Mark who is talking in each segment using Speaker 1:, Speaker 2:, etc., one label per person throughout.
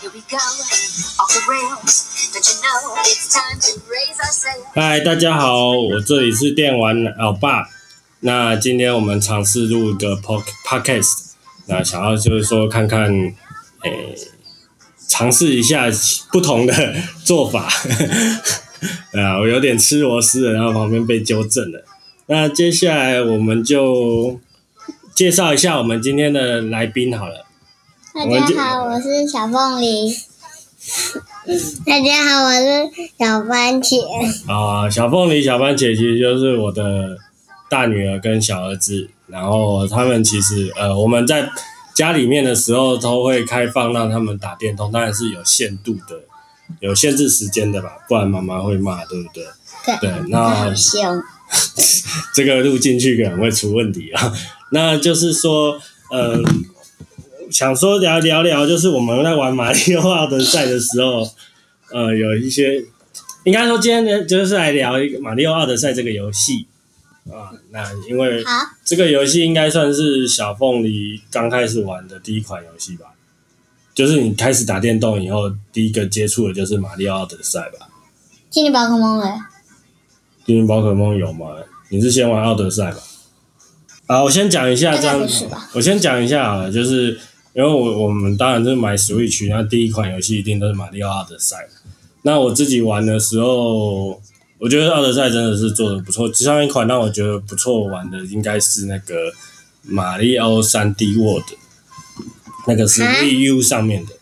Speaker 1: Here we go, off the rails. Don't you know it's time to raise our sail?
Speaker 2: 嗨，大家好，我这里是电玩老爸。那今天我们尝试录一个 pod podcast，那想要就是说看看，诶、尝试一下不同的做法。 啊，我有点吃螺丝了，然后旁边被纠正了。那接下来我们就介绍一下我们今天的来宾好了。
Speaker 3: 大家好，我是小凤梨。大家好，我是小番茄。
Speaker 2: 啊、小凤梨、小番茄其实就是我的大女儿跟小儿子，然后他们其实呃，我们在家里面的时候都会开放让他们打电动，当然是有限度的，有限制时间的吧，不然妈妈会骂，对不对？对，那
Speaker 3: 好凶。
Speaker 2: 这个录进去可能会出问题啊。 那就是说，呃，想说聊聊聊，就是我们在玩马里奥奥德赛的时候，呃，有一些，应该说今天呢，就是来聊一个马里奥奥德赛这个游戏啊。那因为
Speaker 3: 好，
Speaker 2: 这个游戏应该算是小凤梨刚开始玩的第一款游戏吧，就是你开始打电动以后，第一个接触的就是马里奥奥德赛吧。
Speaker 3: 精灵宝可梦了。
Speaker 2: 精灵宝可梦有吗？你是先玩奥德赛吧？啊，我先讲一下
Speaker 3: 大
Speaker 2: 这
Speaker 3: 概
Speaker 2: 样
Speaker 3: 不是吧，
Speaker 2: 我先讲一下好了，就是因为我我们当然是买 Switch，那第一款游戏一定都是马里奥奥德赛。那我自己玩的时候，我觉得奥德赛真的是做的不错。上一款让我觉得不错玩的应该是那个马里奥三 D World，那个是
Speaker 3: 啊
Speaker 2: Wii U 上面的。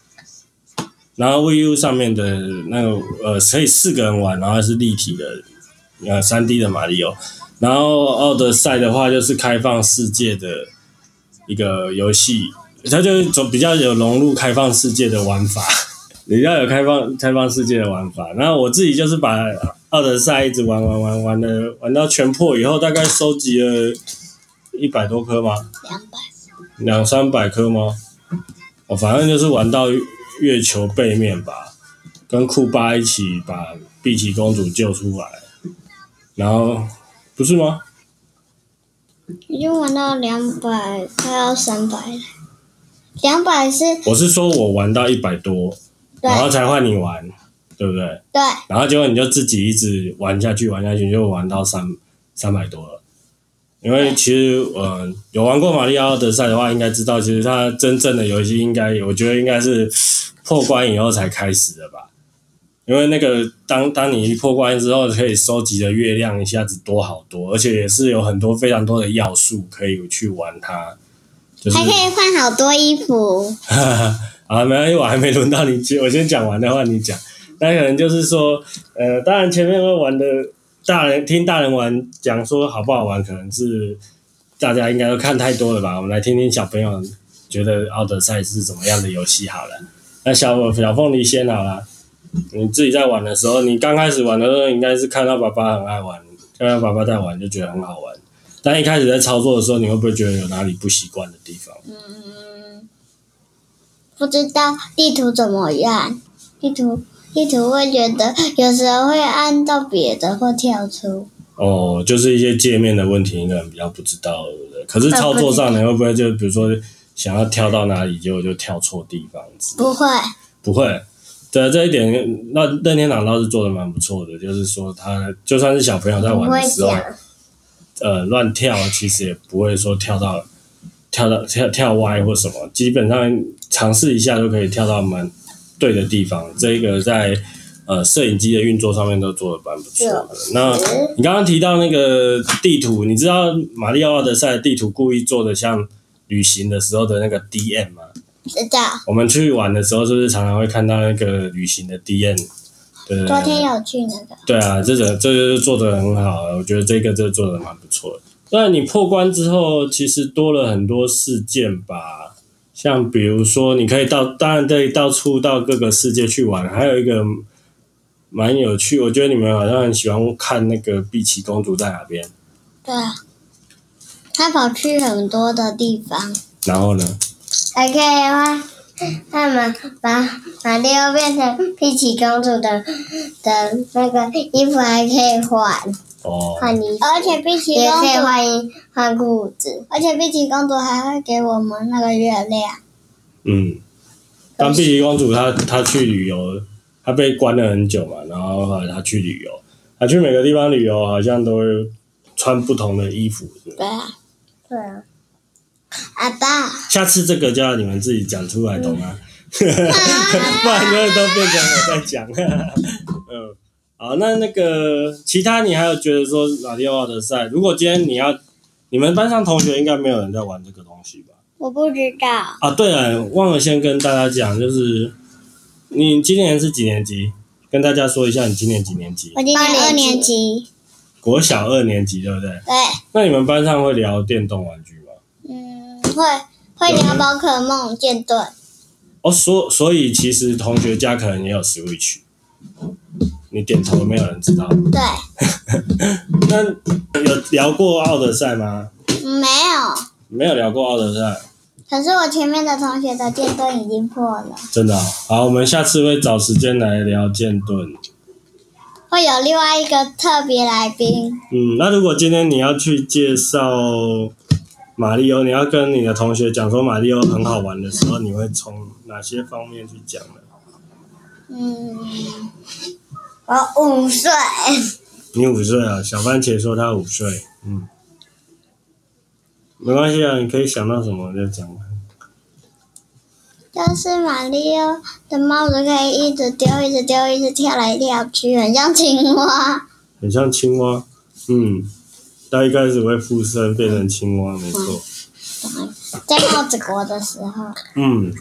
Speaker 2: 然后 Wii U 上面的那个呃，可以四个人玩，然后是立体的呃三 D 的马里奥。然后奥德赛的话就是开放世界的一个游戏，它就是走比较有融入开放世界的玩法，比较有开放开放世界的玩法。然后我自己就是把奥德赛一直玩玩玩玩的玩到全破以后，大概收集了一百多颗吗？
Speaker 3: 两百。
Speaker 2: 两三百颗吗？我、反正就是玩到月球背面吧，跟库巴一起把碧琪公主救出来，然后不是吗？
Speaker 3: 已经玩到两百，快要三百了。两百是
Speaker 2: 我是说我玩到一百多，
Speaker 3: 对
Speaker 2: 然后才换你玩，对不对？
Speaker 3: 对，
Speaker 2: 然后结果你就自己一直玩下去，玩下去你就玩到三三百多了。因为其实，呃，有玩过《马里奥奥德赛》的话，应该知道，其实它真正的游戏应该，我觉得应该是破关以后才开始的吧。因为那个当当你一破关之后，可以收集的月亮一下子多好多，而且也是有很多非常多的要素可以去玩它。就是
Speaker 3: 还可以换好多衣服。
Speaker 2: 啊，没关系，我还没轮到你接， 我先讲完的话你讲。那可能就是说，呃，当然前面会玩的大人听大人玩讲说好不好玩，可能是 大家应该都看太多了吧。我们来听听小朋友觉得《奥德赛》是怎么样的游戏好了。那小小凤梨先好了，你自己在玩的时候，你刚开始玩的时候应该是看到爸爸很爱玩，看到爸爸在玩就觉得很好玩。但一开始在操作的时候，你会不会觉得有哪里不习惯的地方？
Speaker 3: 嗯，不知道地图怎么样，地图地图会觉得有时候会按到别的或跳出。
Speaker 2: 哦，就是一些界面的问题，你可能比较不知道，对不对？可是操作上，你会不会就比如说想要跳到哪里，结果就跳错地方之类？
Speaker 3: 不会，
Speaker 2: 不会，对啊这一点，那任天堂倒是做的蛮不错的，就是说他就算是小朋友在
Speaker 3: 不
Speaker 2: 玩
Speaker 3: 会
Speaker 2: 的时候，
Speaker 3: 讲，
Speaker 2: 呃，乱跳其实也不会说跳到跳到跳跳歪或什么，基本上尝试一下就可以跳到蛮对的地方。这一个在呃摄影机的运作上面都做的蛮不错的。那你刚刚提到那个地图，你知道马里奥奥德赛的地图故意做的像旅行的时候的那个 DM 吗？
Speaker 3: 知道。
Speaker 2: 我们去玩的时候，是不是常常会看到那个旅行的 DM？对，
Speaker 3: 昨天有去那个，
Speaker 2: 对啊，这个这就是做的很好啊，我觉得这个这做的蛮不错的。那你破关之后，其实多了很多事件吧，像比如说你可以到，当然可以到处到各个世界去玩，还有一个蛮有趣，我觉得你们好像很喜欢看那个碧琪公主在哪边，
Speaker 3: 对啊，他跑去很多的地方，
Speaker 2: 然后呢，
Speaker 3: 还可以吗？他们把马里奥变成碧琪公主的的那个衣服还可以换
Speaker 2: 哦，
Speaker 3: 换衣服，而且碧
Speaker 4: 公
Speaker 3: 琪
Speaker 4: 主
Speaker 3: 也可以换衣换裤子，而且碧琪公主还会给我们那个月亮。
Speaker 2: 嗯，但碧琪公主她她去旅游，她被关了很久嘛，然后后来她去旅游，她去每个地方旅游好像都会穿不同的衣服。是不是
Speaker 3: 对啊，
Speaker 4: 对啊，
Speaker 3: 阿爸，
Speaker 2: 下次这个就要你们自己讲出来，懂吗？ 不然就都变成我在讲。 嗯，好，那那个其他你还有觉得说马里奥的赛，如果今天你要，你们班上同学应该没有人在玩这个东西吧？
Speaker 3: 我不知道，
Speaker 2: 啊，对了，忘了先跟大家讲，就是你今年是几年级？跟大家说一下，你今年几年级？
Speaker 3: 我今年
Speaker 4: 八
Speaker 3: 二
Speaker 4: 年
Speaker 3: 年
Speaker 4: 级
Speaker 3: 级，
Speaker 2: 国小二年级，对不对？
Speaker 3: 对，
Speaker 2: 那你们班上会聊电动玩具吗？
Speaker 3: 嗯，会会聊宝可梦、舰队，
Speaker 2: 哦，所所以其实同学家可能也有 Switch，你点头没有人知道。
Speaker 3: 对，
Speaker 2: 那有聊过奥德赛吗？
Speaker 3: 嗯没有。
Speaker 2: 没有聊过奥德赛，
Speaker 3: 可是我前面的同学的剑盾已经破了，
Speaker 2: 真的哦、好，我们下次会找时间来聊剑盾。
Speaker 3: 会有另外一个特别来宾，
Speaker 2: 嗯，那如果今天你要去介绍马里奥，你要跟你的同学讲说马里奥很好玩的时候，你会从哪些方面去讲呢？
Speaker 3: 嗯，我五岁，
Speaker 2: 你五岁啊，小番茄说他五岁，嗯，没关系啊，你可以想到什么就讲吧。
Speaker 3: 就是马里奥的帽子可以一直丢，一直丢，一直跳来跳去，很像青蛙。
Speaker 2: 很像青蛙，嗯，它一开始会附身变成青蛙，没错，
Speaker 3: 在帽子国的时候，
Speaker 2: 嗯，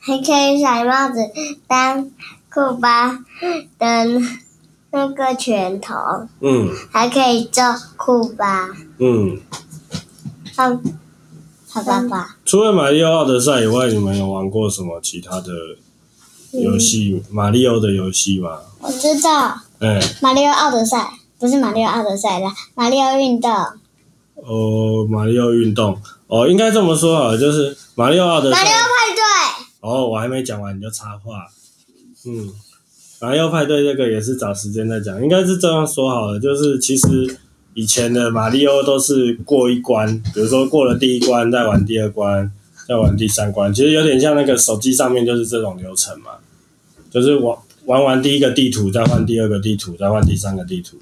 Speaker 3: 还可以甩帽子当库巴的那个拳头，
Speaker 2: 嗯
Speaker 3: 还可以揍库巴，哦
Speaker 2: 嗯。
Speaker 3: 他他爸爸
Speaker 2: 除了马里奥奥德赛以外，你们有玩过什么其他的游戏？马里奥的游戏吗？
Speaker 3: 我知道。
Speaker 2: 哎、
Speaker 3: 马里奥奥德赛不是马里奥奥德赛啦，马里奥运动。
Speaker 2: 哦，马里奥运动，哦，应该这么说啊，就是马里奥奥德赛
Speaker 3: 马里。奥派对，
Speaker 2: 哦，我还没讲完你就插话，嗯，马里奥派对这个也是找时间再讲，应该是这样说好了，就是其实以前的马里奥都是过一关，比如说过了第一关再玩第二关，再玩第三关，其实有点像那个手机上面就是这种流程嘛，就是玩玩完第一个地图，再换第二个地图，再换第三个地图。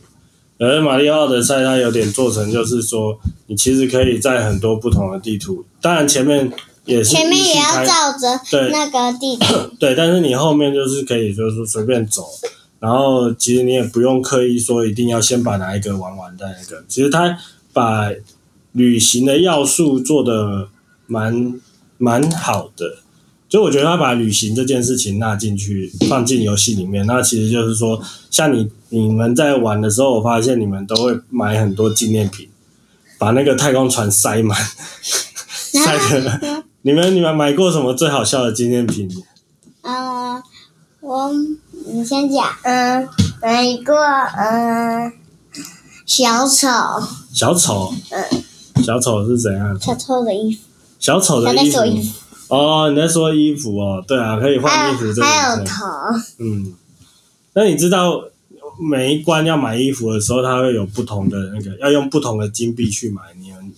Speaker 2: 而马里奥的赛它有点做成，就是说你其实可以在很多不同的地图，当然前面也是
Speaker 3: 前面也
Speaker 2: 依序
Speaker 3: 要
Speaker 2: 开
Speaker 3: 照着
Speaker 2: 对
Speaker 3: 那个 地图。
Speaker 2: 对，但是你后面就是可以就是说随便走，然后其实你也不用刻意说一定要先把哪一个玩完再那个，其实他把旅行的要素做的蛮蛮好的。就我觉得他把旅行这件事情纳进去，放进游戏里面，那其实就是说，像你你们在玩的时候，我发现你们都会买很多纪念品，把那个太空船塞满， 塞的。你们你们买过什么最好笑的纪念品？
Speaker 3: 嗯，我嗯你先讲。呃
Speaker 4: 嗯，买过嗯
Speaker 3: 小丑，
Speaker 2: 小丑，
Speaker 3: 呃
Speaker 2: 小丑是怎样？
Speaker 3: 小丑的衣服，
Speaker 2: 小丑的
Speaker 3: 他在
Speaker 2: 衣服
Speaker 3: 说衣服，
Speaker 2: 哦，你在说衣服哦，对啊，可以
Speaker 3: 还
Speaker 2: 换衣服，
Speaker 3: 有
Speaker 2: 这
Speaker 3: 还有
Speaker 2: 个
Speaker 3: 头，
Speaker 2: 嗯。那你知道每一关要买衣服的时候，它会有不同的那个，要用不同的金币去买，你有你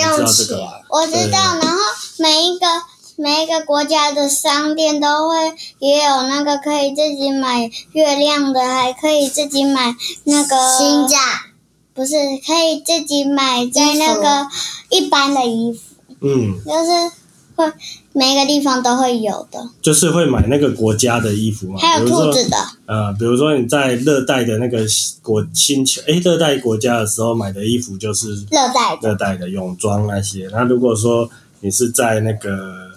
Speaker 4: 要
Speaker 2: 知
Speaker 4: 用
Speaker 2: 道这
Speaker 4: 钱
Speaker 2: 个，吧？
Speaker 3: 哎我知道。然后每一个每一个国家的商店都会也有那个可以自己买月亮的，还可以自己买那个
Speaker 4: 心脏，
Speaker 3: 不是，可以自己买在
Speaker 4: 衣服
Speaker 3: 那个一般的衣服，
Speaker 2: 嗯，
Speaker 3: 就是会每个地方都会有的，
Speaker 2: 就是会买那个国家的衣服嘛，
Speaker 3: 还
Speaker 2: 哦比如
Speaker 3: 有兔
Speaker 2: 说
Speaker 3: 子的，
Speaker 2: 呃，比如说你在热带的那个国星球，诶，热带国家的时候买的衣服就是
Speaker 3: 热带的，
Speaker 2: 热带的泳装那些。那如果说你是在那个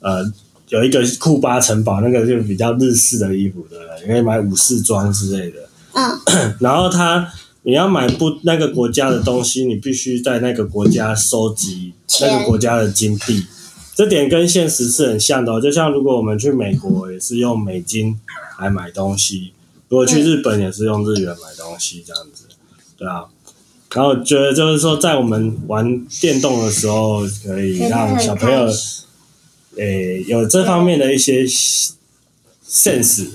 Speaker 2: 呃有一个库巴城堡，那个就比较日式的衣服，对不对？你可以买武士装之类的。
Speaker 3: 嗯，
Speaker 2: 然后它你要买不那个国家的东西，你必须在那个国家收集
Speaker 3: 钱
Speaker 2: 那个国家的金币。这点跟现实是很像的、哦，就像如果我们去美国也是用美金来买东西，如果去日本也是用日元买东西这样子，对啊。然后觉得就是说，在我们玩电动的时候，可以让小朋友诶、有这方面的一些 sense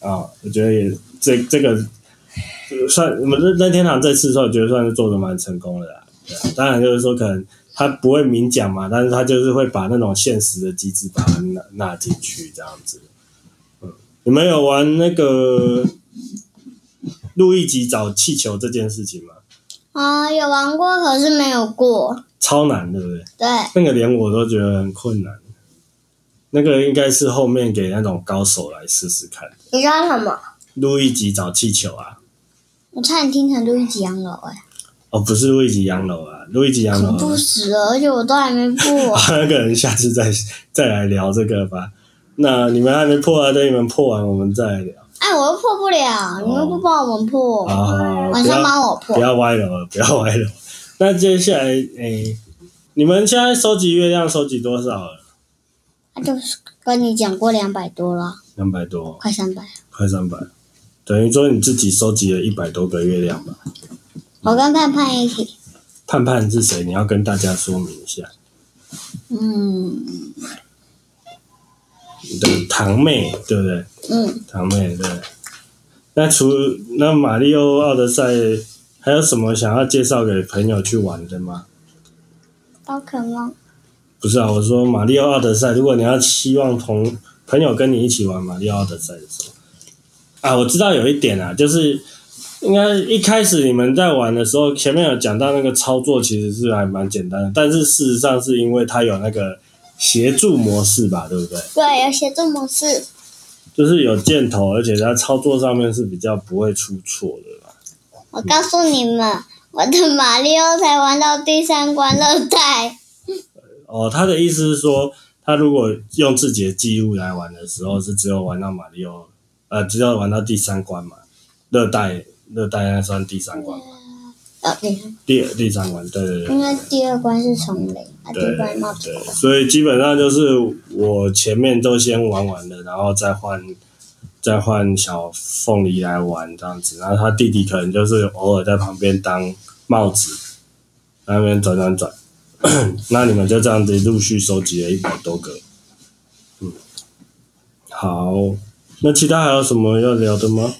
Speaker 2: 啊，我觉得也这这个呃算我们任任天堂这次的时候，我觉得算是做的蛮成功的啦。对啊当然就是说，可能他不会明讲嘛，但是他就是会把那种现实的机制把它纳纳进去，这样子。嗯，你们有玩那个路易吉找气球这件事情吗？
Speaker 3: 啊，有玩过，可是没有过。
Speaker 2: 超难，对不对？
Speaker 3: 对，
Speaker 2: 那个连我都觉得很困难。那个应该是后面给那种高手来试试看。
Speaker 4: 你知道什么？
Speaker 2: 路易吉找气球啊，
Speaker 3: 我差点听成路易吉洋楼哎，
Speaker 2: 哦，不是路易吉洋楼啊，路易吉洋楼
Speaker 3: 恐怖死了，而且我都还没破。
Speaker 2: 那个人下次再再来聊这个吧。那你们还没破啊？等你们破完，我们再来聊。
Speaker 3: 哎，我又破不了，你们不帮我们破，
Speaker 2: 好好好，
Speaker 3: 晚
Speaker 2: 哦啊不
Speaker 3: 上
Speaker 2: 要
Speaker 3: 帮我
Speaker 2: 不
Speaker 3: 破。
Speaker 2: 要歪楼了，不要歪楼。那接下来，诶、你们现在收集月亮收集多少了？
Speaker 3: 他啊就是跟你讲过两百多了，
Speaker 2: 两百多，
Speaker 3: 快三百。
Speaker 2: 快三百，等于说你自己收集了一百多个月亮吧？
Speaker 3: 我跟盼盼一起，
Speaker 2: 盼盼是谁？你要跟大家说明一下。
Speaker 3: 嗯
Speaker 2: 你的堂妹，对不对？
Speaker 3: 嗯，
Speaker 2: 堂妹，对。那除那马里奥奥德赛，还有什么想要介绍给朋友去玩的吗？
Speaker 3: 宝可梦
Speaker 2: 不是啊，我说马里奥奥德赛，如果你要希望同朋友跟你一起玩马里奥奥德赛的时候，啊，我知道有一点啊，就是应该一开始你们在玩的时候，前面有讲到那个操作其实是还蛮简单的，但是事实上是因为它有那个协助模式吧，对不对？
Speaker 3: 对，有协作模式，
Speaker 2: 就是有箭头，而且在操作上面是比较不会出错的啦。
Speaker 3: 我告诉你们，我的马里奥才玩到第三关热带，
Speaker 2: 哦，他的意思是说，他如果用自己的记录来玩的时候，是只有玩到马里奥，呃，只有玩到第三关嘛，热带热带应该算第三关吧，
Speaker 3: 呃，不是
Speaker 2: 第二第三关，对对对
Speaker 3: 因为第二关是丛林，啊，第
Speaker 2: 对
Speaker 3: 一
Speaker 2: 对
Speaker 3: 关冒险
Speaker 2: 对，所以基本上就是我前面都先玩完了，然后再换再换小凤梨来玩这样子，然后他弟弟可能就是偶尔在旁边当帽子，在那边转转转。 那你们就这样子陆续收集了一百多个，嗯，嗯好，那其他还有什么要聊的吗？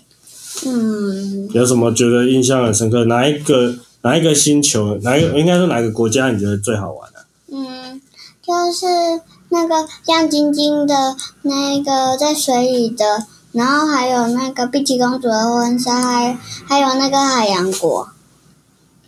Speaker 3: 嗯，
Speaker 2: 有什么觉得印象很深刻？哪一个哪一个星球？哪一个应该说哪个国家你觉得最好玩啊？
Speaker 3: 嗯，就是那个亮晶晶的那个在水里的，然后还有那个碧琪公主的婚纱，还还有那个海洋国，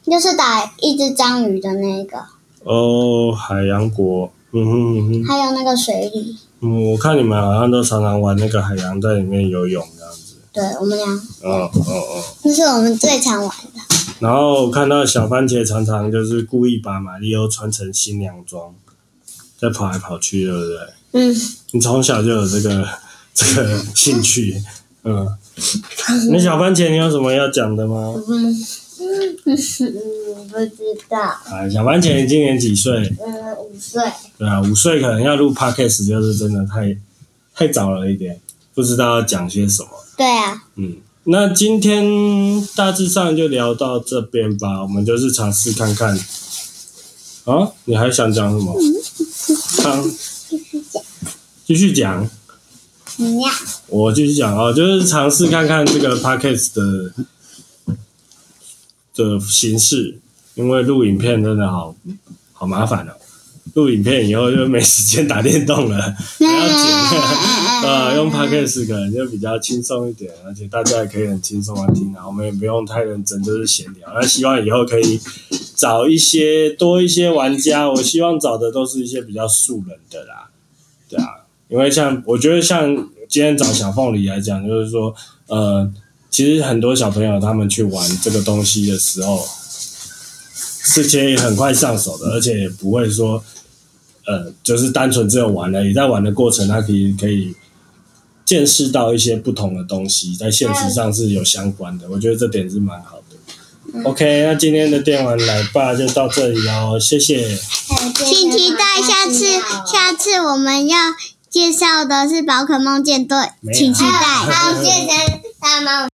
Speaker 3: 就是打一只章鱼的那个，
Speaker 2: 哦，海洋国，嗯哼嗯哼，
Speaker 3: 还有那个水里。
Speaker 2: 嗯，我看你们好像都常常玩那个海洋，在里面游泳这样子。
Speaker 3: 对我们俩，
Speaker 2: 哦哦哦。
Speaker 3: 那是我们最常玩的。
Speaker 2: 然后我看到小番茄常常就是故意把马里奥穿成新娘装，再跑来跑去，对不对？
Speaker 3: 嗯，
Speaker 2: 你从小就有这个 这个兴趣，嗯。那小番茄，你有什么要讲的吗？
Speaker 4: 嗯，不知道。
Speaker 2: 啊，小番茄，你今年几岁？
Speaker 4: 嗯，五岁。
Speaker 2: 对啊，五岁可能要录 podcast 就是真的太太早了一点，不知道要讲些什么。
Speaker 3: 对啊，
Speaker 2: 嗯，那今天大致上就聊到这边吧，我们就是尝试看看。啊，你还想讲什么？啊，嗯继续讲，嗯
Speaker 3: 你呀，
Speaker 2: 我继续讲啊、哦，就是尝试看看这个 podcast 的的形式，因为录影片真的好好麻烦哦。录影片以后就没时间打电动了，还要剪， 啊，用 podcast 可能就比较轻松一点，而且大家也可以很轻松的听啊，我们也不用太认真，就是闲聊。那希望以后可以找一些多一些玩家，我希望找的都是一些比较素人的啦，对啊，因为像我觉得像今天找小凤梨来讲，就是说，呃，其实很多小朋友他们去玩这个东西的时候，是可以很快上手的，而且也不会说，呃，就是单纯只有玩而已。在玩的过程，他可以可以见识到一些不同的东西，在现实上是有相关的。我觉得这点是蛮好的。OK，那今天的电玩奶爸就到这里喽，谢谢。
Speaker 3: 请期待下次，下次我们要介绍的是宝可梦舰队，
Speaker 2: 没有
Speaker 3: 请期待。
Speaker 2: 还有还有
Speaker 3: 健身大猫。